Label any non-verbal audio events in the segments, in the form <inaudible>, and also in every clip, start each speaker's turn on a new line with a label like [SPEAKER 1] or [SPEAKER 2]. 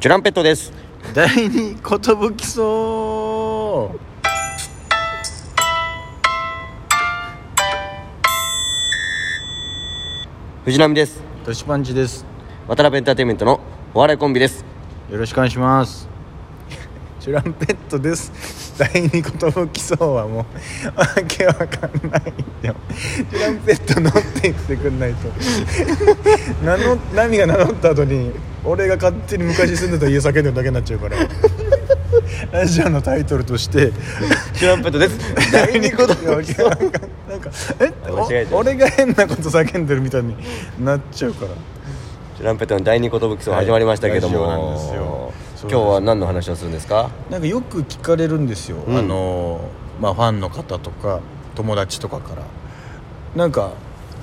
[SPEAKER 1] チュランペットです
[SPEAKER 2] 第二寿そう
[SPEAKER 1] 藤波です
[SPEAKER 2] トシパンチです
[SPEAKER 1] 渡辺エンターテインメントのお笑いコンビです
[SPEAKER 2] よろしくお願いしますチュランペットです第二寿そうはもうわけわかんないでもチュランペット乗って言ってくんないと名乗波が名乗った後に俺が勝手に昔住んでた家叫んでるだけになっちゃうからラジオのタイトルとして
[SPEAKER 1] チュランペットです
[SPEAKER 2] 第二ことなんかえ
[SPEAKER 1] 間違えちゃう
[SPEAKER 2] お俺が変なこと叫んでるみたいになっちゃうから
[SPEAKER 1] チュランペットの第二ことぶきそう始まりましたけども、
[SPEAKER 2] はいラジオなんですよそ
[SPEAKER 1] 今
[SPEAKER 2] うです
[SPEAKER 1] 日は何の話をするんですか
[SPEAKER 2] なんかよく聞かれるんですよ、
[SPEAKER 1] うん
[SPEAKER 2] あのまあファンの方とか友達とかからなんか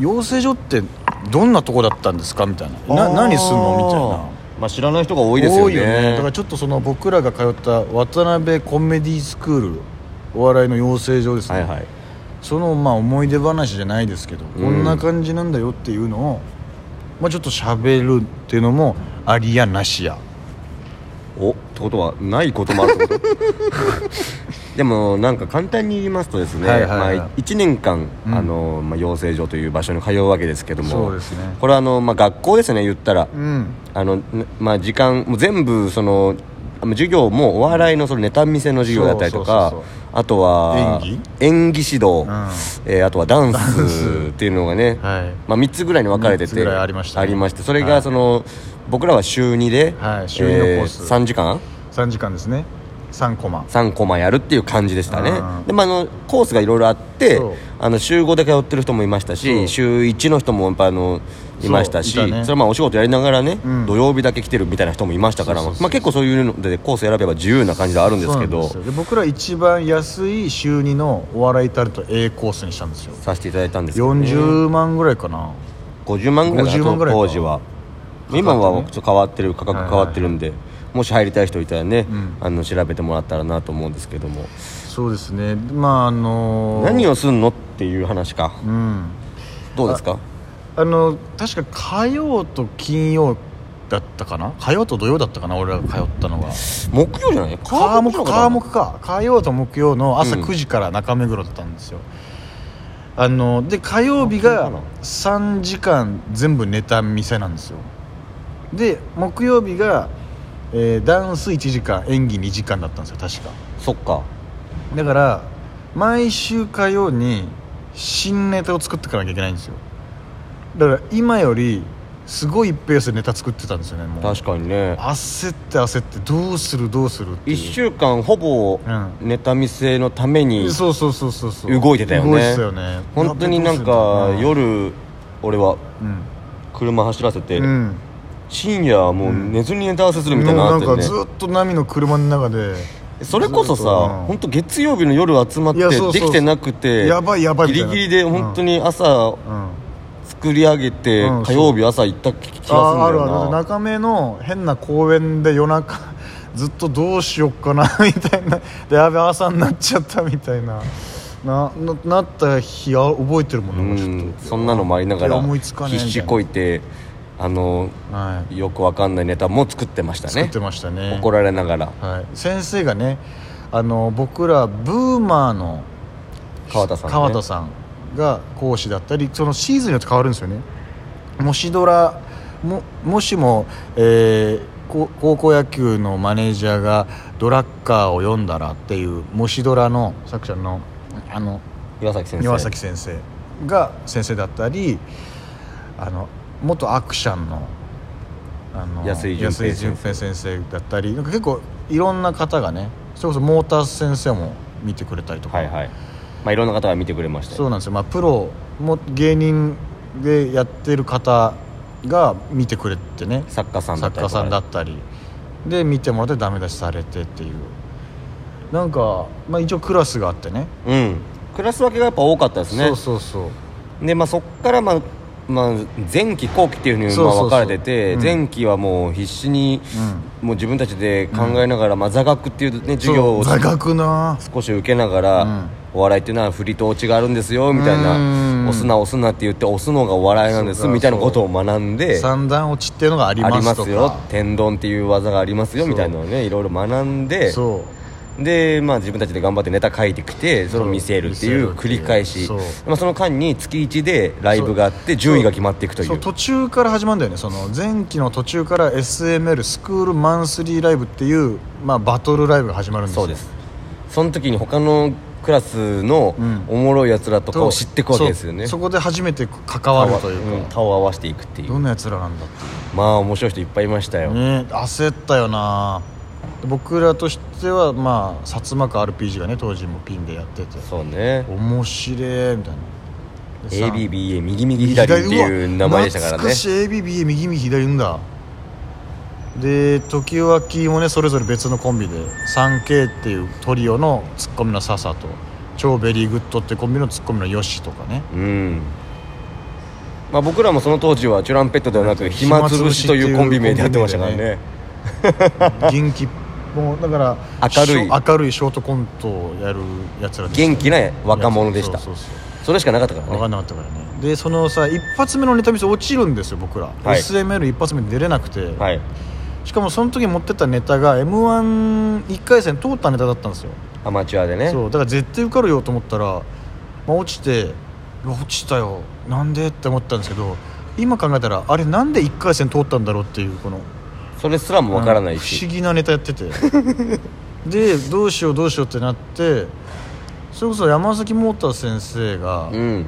[SPEAKER 2] 養成所ってどんなとこだったんですかみたいなな何すんのみ
[SPEAKER 1] たいなまあ知らない人が多い
[SPEAKER 2] たい
[SPEAKER 1] で
[SPEAKER 2] な
[SPEAKER 1] すよね
[SPEAKER 2] だからちょっとその僕らが通った渡辺コメディスクールお笑いの養成所ですね、
[SPEAKER 1] はいはい
[SPEAKER 2] そのまあ思い出話じゃないですけど、
[SPEAKER 1] うん
[SPEAKER 2] こんな感じなんだよっていうのを、まあ、ちょっと喋るっていうのもありやなしや
[SPEAKER 1] おってことはないこともあるってこと
[SPEAKER 2] <laughs>
[SPEAKER 1] でもなんか簡単に言いますとですね、
[SPEAKER 2] はいはいはい
[SPEAKER 1] まあ、1年間、
[SPEAKER 2] うん
[SPEAKER 1] あのまあ、養成所という場所に通うわけですけども
[SPEAKER 2] そうですね
[SPEAKER 1] これはあの、まあ、学校ですね言ったら、
[SPEAKER 2] うん
[SPEAKER 1] あのねまあ、時間もう全部そのあの授業もお笑いのそのネタ見せの授業だったりとか
[SPEAKER 2] そうそうそう
[SPEAKER 1] あとは
[SPEAKER 2] 演
[SPEAKER 1] 演技指導、
[SPEAKER 2] うん
[SPEAKER 1] えーあとはダン
[SPEAKER 2] ダン
[SPEAKER 1] ス
[SPEAKER 2] ス
[SPEAKER 1] っていうのがね、
[SPEAKER 2] はい
[SPEAKER 1] まあ、3つぐらいに分かれて
[SPEAKER 2] 三つ
[SPEAKER 1] て
[SPEAKER 2] ぐらいありましたね
[SPEAKER 1] てそれ
[SPEAKER 2] は
[SPEAKER 1] が
[SPEAKER 2] い
[SPEAKER 1] その、僕らは週2で、
[SPEAKER 2] はい週二のコース
[SPEAKER 1] 3時間
[SPEAKER 2] 3時間ですね3コマ
[SPEAKER 1] 3コマやるっていう感じでしたね
[SPEAKER 2] うん
[SPEAKER 1] で、まあ、あのコースがいろいろあって
[SPEAKER 2] そう
[SPEAKER 1] あの週5で通ってる人もいました
[SPEAKER 2] そ
[SPEAKER 1] し
[SPEAKER 2] う
[SPEAKER 1] 週1の人もやっぱあのいましたし
[SPEAKER 2] そ
[SPEAKER 1] そう
[SPEAKER 2] いたね
[SPEAKER 1] れはまあお仕事やりながらね、
[SPEAKER 2] うん
[SPEAKER 1] 土曜日だけ来てるみたいな人もいましたから
[SPEAKER 2] そうそうそうそう
[SPEAKER 1] まあ、結構そういうのでコース選べば自由な感じではあるんですけど
[SPEAKER 2] そうなんですよで僕ら一番安い週2のお笑いタレント A コースにしたんですよ
[SPEAKER 1] させていただいたんですけど、ね、
[SPEAKER 2] 40万ぐらいかな
[SPEAKER 1] 50万ぐらいか
[SPEAKER 2] 50
[SPEAKER 1] な
[SPEAKER 2] 万ぐらいか
[SPEAKER 1] 当時は
[SPEAKER 2] ね
[SPEAKER 1] 今はちょっと変わってる価格
[SPEAKER 2] はいはい
[SPEAKER 1] 変わってるんで、もし入りたい人いたらね、
[SPEAKER 2] ん
[SPEAKER 1] あの調べてもらったらなと思うんですけども
[SPEAKER 2] そうですねまああの
[SPEAKER 1] 何
[SPEAKER 2] を
[SPEAKER 1] をすんのっていう話か
[SPEAKER 2] うん
[SPEAKER 1] どうですか
[SPEAKER 2] あの確か火曜と金曜だったかな火曜と土曜だったかな俺らが通ったのが
[SPEAKER 1] 木曜じゃない
[SPEAKER 2] 火
[SPEAKER 1] の
[SPEAKER 2] 木
[SPEAKER 1] かな
[SPEAKER 2] 火木か火曜と木曜の朝
[SPEAKER 1] うん
[SPEAKER 2] 9時から中目黒だったんですよ、あので火曜日
[SPEAKER 1] あ
[SPEAKER 2] が
[SPEAKER 1] そうか
[SPEAKER 2] 3時間全部ネタ見せなんですよで木曜日が、えーダンス1時間演技2時間だったんですよ確か
[SPEAKER 1] そっか
[SPEAKER 2] だから毎週火曜に新ネタを作っていかなきゃいけないんですよだから今よりすごいペースでネタ作ってたんですよねもう
[SPEAKER 1] 確かにね
[SPEAKER 2] 焦って焦ってどうするどうするっていう
[SPEAKER 1] 1週間ほぼ
[SPEAKER 2] うん
[SPEAKER 1] ネタ見せのために
[SPEAKER 2] そうそうそうそうそう
[SPEAKER 1] 動いてたよね
[SPEAKER 2] 動いてたよね
[SPEAKER 1] 本当になんか夜夜俺は
[SPEAKER 2] うん、
[SPEAKER 1] 車走らせて
[SPEAKER 2] うん、
[SPEAKER 1] 深夜はもう寝ずにネタ合わせするみたいに
[SPEAKER 2] も
[SPEAKER 1] な
[SPEAKER 2] う
[SPEAKER 1] って
[SPEAKER 2] なん
[SPEAKER 1] る
[SPEAKER 2] か
[SPEAKER 1] ね
[SPEAKER 2] ずっと波の車の中で
[SPEAKER 1] それこそ
[SPEAKER 2] ずっとう
[SPEAKER 1] さ
[SPEAKER 2] ん
[SPEAKER 1] 本当月曜日の夜集まっ
[SPEAKER 2] い
[SPEAKER 1] て
[SPEAKER 2] やそうそう
[SPEAKER 1] できてなくて
[SPEAKER 2] やばいやばい
[SPEAKER 1] ギ
[SPEAKER 2] みたい
[SPEAKER 1] リ
[SPEAKER 2] な
[SPEAKER 1] ギリで本当に朝
[SPEAKER 2] うん、あ
[SPEAKER 1] 作り上げて
[SPEAKER 2] うん
[SPEAKER 1] 火曜日朝行った気がするんだ
[SPEAKER 2] ああるあ
[SPEAKER 1] よ
[SPEAKER 2] る
[SPEAKER 1] な
[SPEAKER 2] 中目の変な公園で夜中 <laughs> ずっとどうしよっかなみたいなでやべ朝になっちゃったみたいななななった日あ覚えてるもん
[SPEAKER 1] う
[SPEAKER 2] なんかちょ
[SPEAKER 1] んそんなのもありなが
[SPEAKER 2] い
[SPEAKER 1] ら
[SPEAKER 2] や思いつかねえみたい
[SPEAKER 1] 必
[SPEAKER 2] な
[SPEAKER 1] 死こいてあの
[SPEAKER 2] っと、はい、
[SPEAKER 1] よくわかんないネタも作ってました
[SPEAKER 2] 作っ
[SPEAKER 1] ね
[SPEAKER 2] てましたね
[SPEAKER 1] 怒られながら
[SPEAKER 2] はい、先生がねあの僕らブーマーの
[SPEAKER 1] 川田さんね
[SPEAKER 2] 川田さんが講師だったりそのシーズンによって変わるんですよねもしドラももしも、えーこ高校野球のマネージャーがドラッカーを読んだらっていうもしドラの作者のあの
[SPEAKER 1] 岩崎先生
[SPEAKER 2] 岩崎先生が先生だったりあの元アクションのあの
[SPEAKER 1] 安井純平
[SPEAKER 2] 安先生だったりなんか結構いろんな方がねそれこそモータース先生も見てくれたりとか、
[SPEAKER 1] はいはい、まあ、いろんな方が見てくれました
[SPEAKER 2] そう
[SPEAKER 1] よ
[SPEAKER 2] なんですよ、まあ、プロも芸人でやってる方が見てくれてね
[SPEAKER 1] 作家さんだったりと
[SPEAKER 2] 作家
[SPEAKER 1] か
[SPEAKER 2] さんだったりで見てもらってダメ出しされてっていうなんか、まあ、一応クラスがあってね
[SPEAKER 1] うんクラス分けがやっぱ多かったですね
[SPEAKER 2] そうそうそう
[SPEAKER 1] で、まあ、そこから、まあまあ、前期後期っていうふうに
[SPEAKER 2] そう
[SPEAKER 1] ま
[SPEAKER 2] そ
[SPEAKER 1] あ
[SPEAKER 2] うそう
[SPEAKER 1] 分かれてて
[SPEAKER 2] うん
[SPEAKER 1] 前期はもう必死に、
[SPEAKER 2] う
[SPEAKER 1] もう自分たちで考えながら、まあ、座学っていう、ね、授業を
[SPEAKER 2] そう座学な
[SPEAKER 1] 少し受けながら、
[SPEAKER 2] うん
[SPEAKER 1] お笑いっていうのは振りと落ちがあるんですよみたいうなん押すな押すなって言って押すのがお笑いなんです
[SPEAKER 2] そうだ
[SPEAKER 1] みたいなことを学んで
[SPEAKER 2] 三段落ちっていうのがあり
[SPEAKER 1] あり
[SPEAKER 2] ま
[SPEAKER 1] ます
[SPEAKER 2] と
[SPEAKER 1] す
[SPEAKER 2] か
[SPEAKER 1] よ天丼っていう技がありますよ
[SPEAKER 2] そう
[SPEAKER 1] みたいなのをねいろいろ学んで
[SPEAKER 2] そ
[SPEAKER 1] で、まあ、自分たちで頑張ってネタ書いてきてそれを見せるっていう
[SPEAKER 2] そう
[SPEAKER 1] 繰り返し
[SPEAKER 2] そう
[SPEAKER 1] まあ、その間に月1でライブがあって順位が決まっていくと
[SPEAKER 2] う
[SPEAKER 1] い
[SPEAKER 2] そうう途中から始まるんだよねその前期の途中から SML スクールマンスリーライブっていう、まあ、バトルライブが始まるんですよ
[SPEAKER 1] そうですその時に他のクラスの
[SPEAKER 2] うん
[SPEAKER 1] おもろいやつらとかを知っていくわけですよね
[SPEAKER 2] そうそこで初めて関わるという
[SPEAKER 1] うん
[SPEAKER 2] か、
[SPEAKER 1] 顔を合わせていくっていう
[SPEAKER 2] どんなやつらなんだっていう
[SPEAKER 1] まあ面白い人いっぱいいましたよ、
[SPEAKER 2] ね焦ったよな僕らとしてはまあ薩摩川 RPG がね当時もピンでやってて
[SPEAKER 1] そうね
[SPEAKER 2] 面白えみたいなでさ
[SPEAKER 1] ABBA 右右左っていう名前でしたから
[SPEAKER 2] うわ
[SPEAKER 1] ね
[SPEAKER 2] 懐かしい ABBA 右右左いるんだで時脇もねそれぞれ別のコンビで 3K っていうトリオのツッコミの笹と超ベリーグッドってコンビのツッコミのヨシとかね
[SPEAKER 1] うんまあ、僕らもその当時はチュランペットではなく暇つぶしというコンビ名でやってましたからね
[SPEAKER 2] <laughs> 元気もうだから
[SPEAKER 1] 明るい
[SPEAKER 2] ショ明るいショートコントをやるやつらでした
[SPEAKER 1] 元気な若者でした
[SPEAKER 2] そうそうそう
[SPEAKER 1] それしかなかったから
[SPEAKER 2] 分かん
[SPEAKER 1] ね
[SPEAKER 2] なかったからねでそのさ一発目のネタ見せ落ちるんですよ僕ら、
[SPEAKER 1] い
[SPEAKER 2] SML 一発目出れなくて、
[SPEAKER 1] はい
[SPEAKER 2] しかもその時持ってったネタが m 1 1回戦通ったネタだったんですよ
[SPEAKER 1] アマチュアでね
[SPEAKER 2] そうだから絶対受かるよと思ったら、まあ、落ちてうわ落ちたよなんでって思ったんですけど今考えたらあれなんで1回戦通ったんだろうっていうこの
[SPEAKER 1] それすらもわからない
[SPEAKER 2] 不
[SPEAKER 1] し
[SPEAKER 2] 思議なネタやってて <laughs> でどうしようどうしようってなってそれこそ山崎モーター先生が、
[SPEAKER 1] うん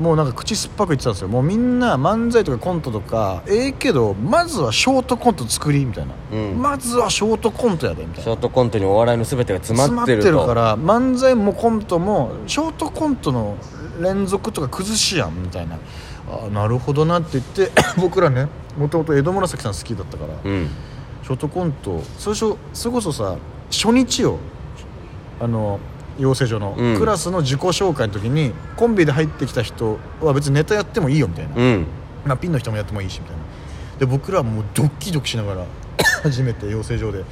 [SPEAKER 2] もうなんか口酸っぱく言ってたんですよもうみんな漫才とかコントとかええけどまずはショートコント作りみたいな、
[SPEAKER 1] うん
[SPEAKER 2] まずはショートコントやでみたい
[SPEAKER 1] シ
[SPEAKER 2] な
[SPEAKER 1] ョートコントにお笑いの全てが詰まってると
[SPEAKER 2] 詰から漫才もコントもショートコントの連続とか崩しやんみたいなあなるほどなって言って <coughs> 僕らねもともと江戸紫さん好きだったから、
[SPEAKER 1] うん
[SPEAKER 2] ショートコント最初それこそさ初日をあの養成所の、
[SPEAKER 1] うん
[SPEAKER 2] クラスの自己紹介の時にコンビで入ってきた人は別にネタやってもいいよみたいな、
[SPEAKER 1] うん
[SPEAKER 2] まあ、ピンの人もやってもいいしみたいなで僕らはもうドッキドキし
[SPEAKER 1] <laughs>
[SPEAKER 2] ながら初めて養成所で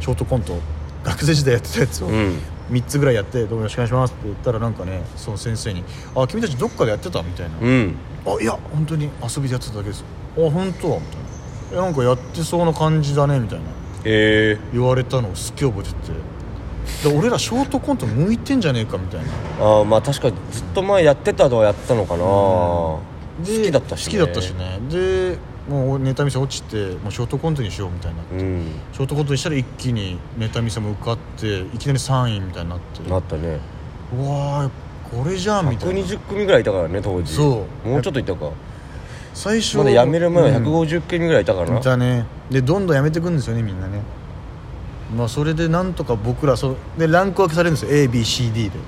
[SPEAKER 2] ショートコント学生時代やってたやつを
[SPEAKER 1] うん
[SPEAKER 2] 3つぐらいやって「どうもよろしくお願いします」って言ったらなんかねその先生に「あ君たちどっかでやってた?」みたいな
[SPEAKER 1] うん
[SPEAKER 2] あいや本当に遊びでやってただけですよあ本当はみたいないやなんかやってそうな感じだねみたいな
[SPEAKER 1] え
[SPEAKER 2] 言われたのをすっげえ覚えててで俺らショートコント向いてんじゃねえかみたいな
[SPEAKER 1] ー、ああまあ確かにずっと前やってたのはやってたのかな、好
[SPEAKER 2] で
[SPEAKER 1] きだったし、ね、
[SPEAKER 2] 好きだったしねでもうネタ見せ落ちてもうショートコントにしようみたいな、
[SPEAKER 1] うん
[SPEAKER 2] ショートコントにしたら一気にネタ見せも受かっていきなり3位みたいになって
[SPEAKER 1] なったね
[SPEAKER 2] うわーこれじゃんみたいな
[SPEAKER 1] 120組ぐらいいたからね当時
[SPEAKER 2] そう
[SPEAKER 1] もうちょっといたか
[SPEAKER 2] 最初
[SPEAKER 1] まだ辞める前は
[SPEAKER 2] うん
[SPEAKER 1] 150組ぐらいいたからな、
[SPEAKER 2] いたねでどんどんやめていくんですよねみんなねまあそれでなんとか僕らそうでランク分けされるんですよ ABCD で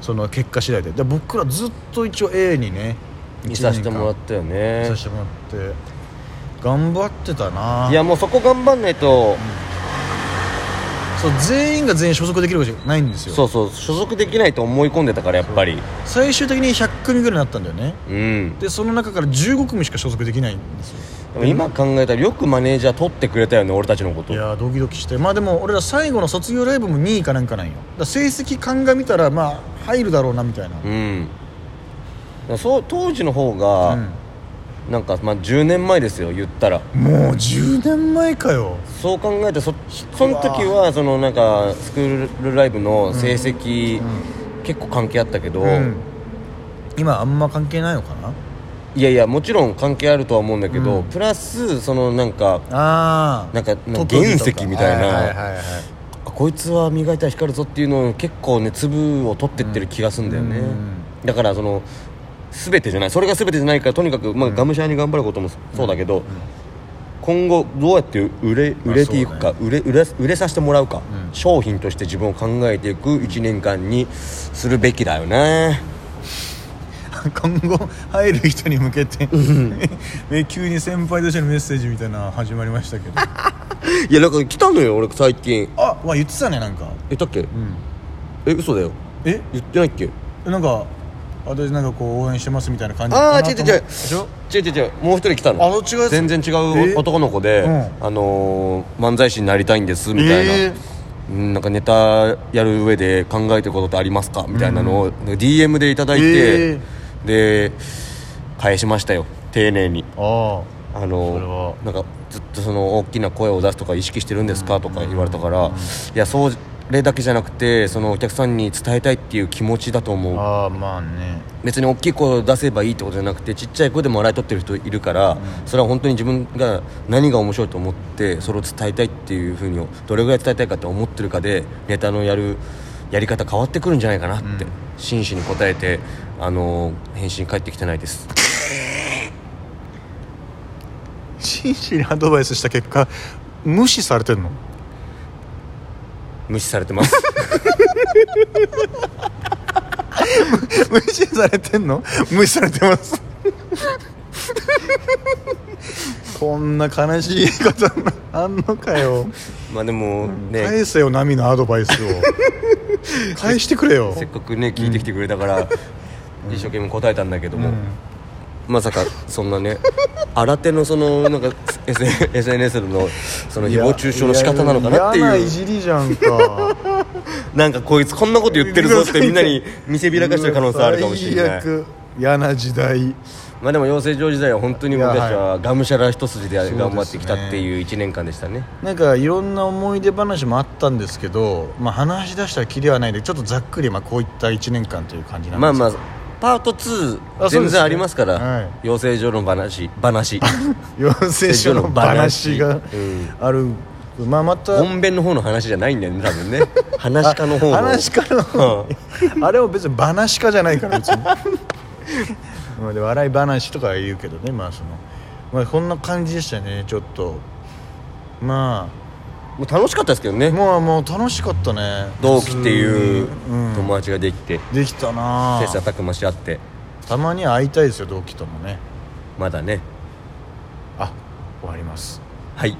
[SPEAKER 2] その結果次第でで僕らずっと一応 A にね
[SPEAKER 1] 見させてもらっ
[SPEAKER 2] 一
[SPEAKER 1] たよ
[SPEAKER 2] 年間
[SPEAKER 1] ね
[SPEAKER 2] 見させてもらって頑張ってたない
[SPEAKER 1] やもうそこ頑張んないと、
[SPEAKER 2] そう全員が全員所属できるわけじゃないんですよ
[SPEAKER 1] そうそう所属できないと思い込んでたからやっぱり
[SPEAKER 2] 最終的に100組ぐらいになったんだよね
[SPEAKER 1] うん
[SPEAKER 2] でその中から15組しか所属できないんですよ
[SPEAKER 1] でも今考えたらよくマネージャー取ってくれたよね俺たちのこと
[SPEAKER 2] いやードキドキしてまあでも俺ら最後の卒業ライブも2位かなんかなんよだから成績鑑みたらまあ入るだろうなみたいな
[SPEAKER 1] うんだからそう当時の方が、
[SPEAKER 2] う
[SPEAKER 1] なんか、まあ、10年前ですよ言ったら
[SPEAKER 2] んもう10年前かよ
[SPEAKER 1] そう考えてそその時はそのなんかスクールライブの成績、結構関係あったけど、
[SPEAKER 2] うん今あんま関係ないのかない
[SPEAKER 1] やいやもちろん関係あるとは思うんだけど、
[SPEAKER 2] うん
[SPEAKER 1] プラスそのなんか
[SPEAKER 2] ああ
[SPEAKER 1] なんかなんか原石みたいな、
[SPEAKER 2] はいはいはいはい <laughs>
[SPEAKER 1] あこいつは磨いたら光るぞっていうのを結構ね粒を取ってってる気がするんだよね、
[SPEAKER 2] うん
[SPEAKER 1] だからその全てじゃないそれが全てじゃないからとにかく、まあ、がむしゃらに頑張ることもそうだけど、今後どうやって売れ
[SPEAKER 2] ま
[SPEAKER 1] 売
[SPEAKER 2] あ
[SPEAKER 1] れていくか、売れ売れ売れさせてもらうか、
[SPEAKER 2] うん
[SPEAKER 1] 商品として自分を考えていく1年間にするべきだよね
[SPEAKER 2] 今後入る人に向けて <laughs> ね急に先輩としてのメッセージみたいなの始まりましたけど <laughs>
[SPEAKER 1] いやなんか来たのよ俺最近
[SPEAKER 2] あわ言ってたねなんか
[SPEAKER 1] 言ったっけ
[SPEAKER 2] うん
[SPEAKER 1] え嘘だよ
[SPEAKER 2] え
[SPEAKER 1] 言ってないっけ
[SPEAKER 2] なんか私なんかこう応援してますみたいな感じ
[SPEAKER 1] ああ
[SPEAKER 2] かな
[SPEAKER 1] 違う
[SPEAKER 2] と
[SPEAKER 1] 違う違
[SPEAKER 2] 思っ
[SPEAKER 1] う
[SPEAKER 2] でしょ
[SPEAKER 1] 違う違う違うもう一人来たの
[SPEAKER 2] あの違うやつ
[SPEAKER 1] 全然違う男の子で、
[SPEAKER 2] えう
[SPEAKER 1] あのー漫才師になりたいんですみたいな、
[SPEAKER 2] えー
[SPEAKER 1] うんなんかネタやる上で考えてることってありますかみたいなのを DM でいただいて
[SPEAKER 2] え、
[SPEAKER 1] で返しましたよ丁寧に
[SPEAKER 2] あ
[SPEAKER 1] あ
[SPEAKER 2] それは
[SPEAKER 1] のなんかずっとその大きな声を出すとか意識してるんですかとか言われたから、いやそれだけじゃなくてそのお客さんに伝えたいっていう気持ちだと思う
[SPEAKER 2] あああまあね
[SPEAKER 1] 別に大きい声を出せばいいってことじゃなくてちっちゃい声でも笑い取ってる人いるから、それは本当に自分が何が面白いと思ってそれを伝えたいっていうふうにどれぐらい伝えたいかって思ってるかでネタのやるやり方変わってくるんじゃないかなって、
[SPEAKER 2] うん
[SPEAKER 1] 真摯に答えてあの返信返ってきてないです
[SPEAKER 2] <laughs> 真摯にアドバイスした結果無視されてんの
[SPEAKER 1] 無視されて
[SPEAKER 2] <laughs>
[SPEAKER 1] ます
[SPEAKER 2] 無視されてんの無視されてますこんな悲しいことあんのかよ、
[SPEAKER 1] まあでもね、
[SPEAKER 2] 返せよ波のアドバイスを返してくれよ
[SPEAKER 1] せっかくね聞いてきてくれたから、 <laughs> 一生懸命答えたんだけども、まさかそんなね <laughs> 新手のそのなんか SN SNS のその誹謗中傷の仕方なのかなって
[SPEAKER 2] やや嫌ないいうじりじゃんか
[SPEAKER 1] なんかこいつこんなこと言ってるぞってみんなに見せびらかしてる可能性あるかもしれな
[SPEAKER 2] 最
[SPEAKER 1] い
[SPEAKER 2] 悪嫌な時代
[SPEAKER 1] まあでも養成所時代は本当に僕たち
[SPEAKER 2] いや
[SPEAKER 1] はがむしゃら一筋で頑張ってきた
[SPEAKER 2] そうですね
[SPEAKER 1] っていう1年間でしたね
[SPEAKER 2] なんかいろんな思い出話もあったんですけど、まあ、話し出したらキリはないでちょっとざっくりまあこういった1年間という感じなんです
[SPEAKER 1] まあま
[SPEAKER 2] あ
[SPEAKER 1] あパート2
[SPEAKER 2] あそう
[SPEAKER 1] 全
[SPEAKER 2] です
[SPEAKER 1] 然
[SPEAKER 2] ね
[SPEAKER 1] ありますから
[SPEAKER 2] はい
[SPEAKER 1] 養成所の話
[SPEAKER 2] <laughs>
[SPEAKER 1] 話
[SPEAKER 2] 養成所の話が
[SPEAKER 1] うん
[SPEAKER 2] ある、まあまた
[SPEAKER 1] 本編の方の話じゃないんだよね多分ね話し家の方の
[SPEAKER 2] 話し家の方に、あれも別に話家じゃないから別にまあで笑い話とかは言うけどねまあその、まあ、こんな感じでしたねちょっとま
[SPEAKER 1] もう楽しかったですけど
[SPEAKER 2] あ
[SPEAKER 1] ね
[SPEAKER 2] もうもう楽しかったね
[SPEAKER 1] 同期っていう
[SPEAKER 2] 普通にうん
[SPEAKER 1] 友達ができて
[SPEAKER 2] できたなあ
[SPEAKER 1] 切磋琢磨し合って
[SPEAKER 2] たまには会いたいですよ同期ともね
[SPEAKER 1] まだね
[SPEAKER 2] あ終わります
[SPEAKER 1] はい